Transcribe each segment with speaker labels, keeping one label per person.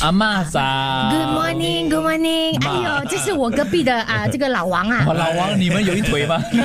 Speaker 1: 阿妈早
Speaker 2: Good morning, Good morning。
Speaker 1: 妈
Speaker 2: 哎呦，这是我隔壁的啊， 这个老王啊
Speaker 1: 哦，，老王，你们有一腿吗？
Speaker 2: 没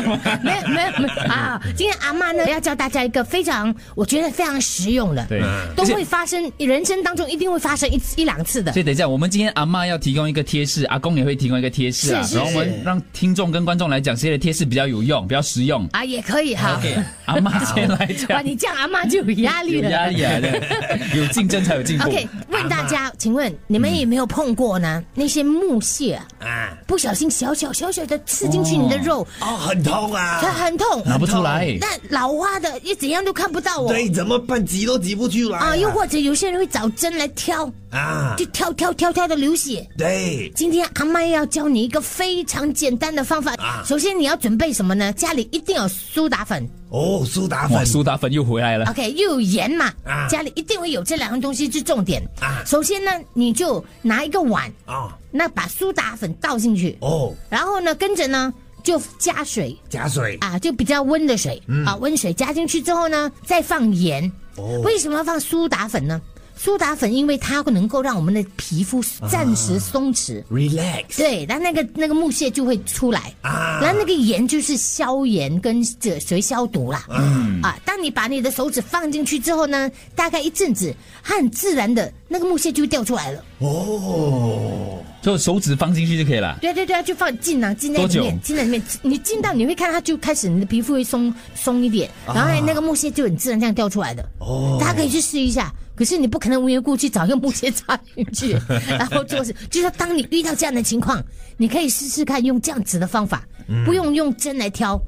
Speaker 2: 有没有没有啊！今天阿妈呢要教大家一个非常，我觉得非常实用的，
Speaker 1: 对，
Speaker 2: 都
Speaker 1: 而且
Speaker 2: 会发生，人生当中一定会发生一次一两次的
Speaker 1: 所。以等一下，我们今天阿妈要提供一个贴士，阿公也会提供一个贴士啊，
Speaker 2: 是是
Speaker 1: 然后我们
Speaker 2: 是
Speaker 1: 让听众跟观众来讲，谁的贴士比较有用，比较实用。
Speaker 2: 啊，也可以哈。
Speaker 1: OK，阿妈先来
Speaker 2: 哇，
Speaker 1: 讲，
Speaker 2: 你这样阿妈就有压力
Speaker 1: 有
Speaker 2: 了。
Speaker 1: 压力啊， 对有竞争才有嗯进步。
Speaker 2: OK，问大家，请问你们有没有碰过呢？那些木屑啊
Speaker 3: 啊，
Speaker 2: 不小心小小小小的刺进去你的肉，
Speaker 3: 哦，很痛啊
Speaker 2: 它，很痛，
Speaker 1: 拿不出来，
Speaker 2: 但老花的也怎样都看不到哦。
Speaker 3: 对，怎么办？挤都挤不出
Speaker 1: 哎
Speaker 3: 来
Speaker 2: 啊，又或者有些人会找针来挑，
Speaker 3: 啊
Speaker 2: 就，挑挑挑挑的流血。
Speaker 3: 对，
Speaker 2: 今天阿麦要教你一个非常简单的方法。
Speaker 3: 啊
Speaker 2: 首先你要准备什么呢？家里一定有苏打粉
Speaker 3: 哦，苏打
Speaker 1: 哇，
Speaker 3: 粉，
Speaker 1: 苏打粉又回来了。
Speaker 2: ，OK，又有盐嘛，
Speaker 3: 啊
Speaker 2: 家里一定会有这两样东西是重点。
Speaker 3: 啊
Speaker 2: 首先呢，你就拿一个碗，
Speaker 3: 啊，
Speaker 2: 那把苏打粉倒进去，
Speaker 3: 哦，
Speaker 2: 然后呢，跟着呢就加水
Speaker 3: 加水，
Speaker 2: 啊，就比较温的水、啊，温水加进去之后呢，再放盐。
Speaker 3: 嗯哦
Speaker 2: 为什么要放苏打粉呢？苏打粉因为它能够让我们的皮肤
Speaker 3: 啊
Speaker 2: 暂时松弛。
Speaker 3: ，relax
Speaker 2: 对，那那个那个木屑就会出来
Speaker 3: 啊
Speaker 2: 然后那个盐就是消炎跟这水消毒啦。嗯啊，当你把你的手指放进去之后呢，大概一阵子，它很自然的那个木屑就掉出来了。
Speaker 3: 哦，
Speaker 1: 就手指放进去就可以了。
Speaker 2: 对啊对啊对啊，就放进啊，进在里
Speaker 1: 多久
Speaker 2: 面，进在里面，你进到你会看它就开始你的皮肤会松松一点，然后那个木屑就很自然这样掉出来的。哦，大家可以去试一下。可是你不可能无缘无故去找一个木屑插进 去，然后做事。就是当你遇到这样的情况，你可以试试看用这样子的方法，不用用针来挑。啊
Speaker 1: 嗯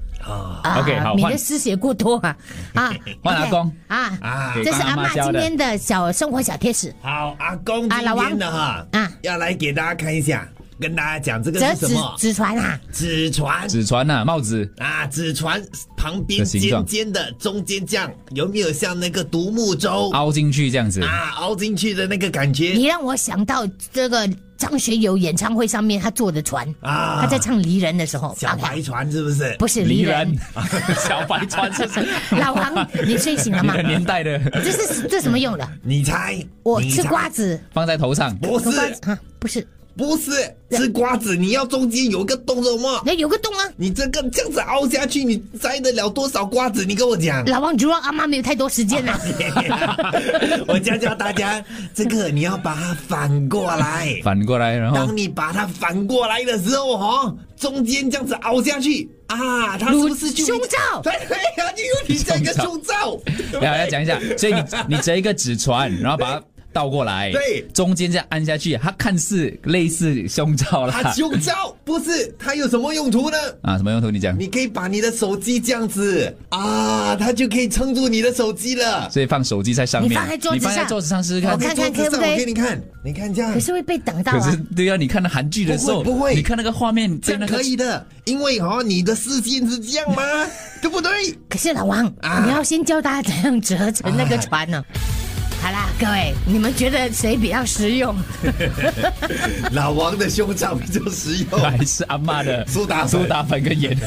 Speaker 1: OK，好
Speaker 2: 你
Speaker 1: 换
Speaker 2: 的失血过多 啊啊！
Speaker 1: 换阿
Speaker 2: OK，
Speaker 1: 公
Speaker 2: 啊
Speaker 3: 啊，
Speaker 2: 这是
Speaker 1: 帮
Speaker 2: 阿
Speaker 1: 阿嬷
Speaker 2: 妈
Speaker 1: 教
Speaker 2: 今
Speaker 1: 的
Speaker 2: 天的小生活小贴士。
Speaker 3: 好，阿公
Speaker 2: 啊
Speaker 3: 今
Speaker 2: 老王
Speaker 3: 天的哈，
Speaker 2: 啊
Speaker 3: 要来给大家看一下，跟大家讲这个
Speaker 2: 折
Speaker 3: 是什
Speaker 2: 纸
Speaker 3: 么？
Speaker 2: 纸船啊，
Speaker 3: 纸船
Speaker 1: 纸船呐、帽子，
Speaker 3: 啊，纸船旁边
Speaker 1: 的形状
Speaker 3: 尖尖的，中间这样，有没有像那个独木舟
Speaker 1: 凹进去这样子。
Speaker 3: 啊凹进去的那个感觉？
Speaker 2: 你让我想到这个张学友演唱会上面他坐的船
Speaker 3: 啊
Speaker 2: 他在唱《离人》的时候，
Speaker 3: 小
Speaker 2: OK，
Speaker 3: 白船是不是？
Speaker 2: 不是
Speaker 1: 离
Speaker 2: 离
Speaker 1: 人
Speaker 2: 人，，
Speaker 1: 小白船是什么？
Speaker 2: 老王，你睡醒了
Speaker 1: 你
Speaker 2: 吗
Speaker 1: 的？年代的，
Speaker 2: 这是这什么 用的？
Speaker 3: 你猜？
Speaker 2: 我
Speaker 3: 你
Speaker 2: 吃
Speaker 3: 猜
Speaker 2: 瓜子，
Speaker 1: 放在头上。
Speaker 3: 不
Speaker 2: 我
Speaker 3: 是，
Speaker 2: 瓜子啊，不是，
Speaker 3: 不是吃瓜子，你要中间有一个洞的吗？
Speaker 2: 那有个洞啊。
Speaker 3: 你这个这样子凹下去，你摘得了多少瓜子？你跟我讲。
Speaker 2: 老王，你就让阿妈没有太多时间了。 啊
Speaker 3: 啊我教教大家，这个你要把它反过来。
Speaker 1: 反过来，然后
Speaker 3: 当你把它反过来的时候，哦，中间这样子凹下去啊，它是不是就
Speaker 2: 胸罩
Speaker 3: 对对呀，你又提这个胸罩，对不对
Speaker 1: 要哎要讲一下，所以你你折一个纸船，然后把它倒过来，
Speaker 3: 对
Speaker 1: 中间这样按下去，它看似类似胸罩啦
Speaker 3: 它，胸罩不是它有什么用途呢？
Speaker 1: 啊，什么用途？你讲，
Speaker 3: 你可以把你的手机这样子啊，它就可以撑住你的手机了。
Speaker 1: 所以放手机在上面，
Speaker 2: 你放在桌
Speaker 1: 你
Speaker 2: 子上
Speaker 1: 放在桌子上试试
Speaker 2: 我
Speaker 1: 看。
Speaker 2: 看看
Speaker 3: 桌子
Speaker 2: 可不
Speaker 3: 上
Speaker 2: 可以
Speaker 3: 我给你看，你看这样
Speaker 2: 可。是会被等到
Speaker 1: 可是
Speaker 2: 啊。
Speaker 1: 对啊，你看那韩剧的时候，
Speaker 3: 不会不会
Speaker 1: 你看那个画面，
Speaker 3: 这
Speaker 1: 在那
Speaker 3: 样
Speaker 1: 个
Speaker 3: 可以的，因为哦，你的视线是这样 吗？对不对？
Speaker 2: 可是老王，
Speaker 3: 啊
Speaker 2: 你要先教大家怎样折成那个船呢。好啦，各位，你们觉得谁比较实用？
Speaker 3: 老王的胸罩比较实用
Speaker 1: 还是阿妈的
Speaker 3: 苏打粉
Speaker 1: 苏打粉跟盐。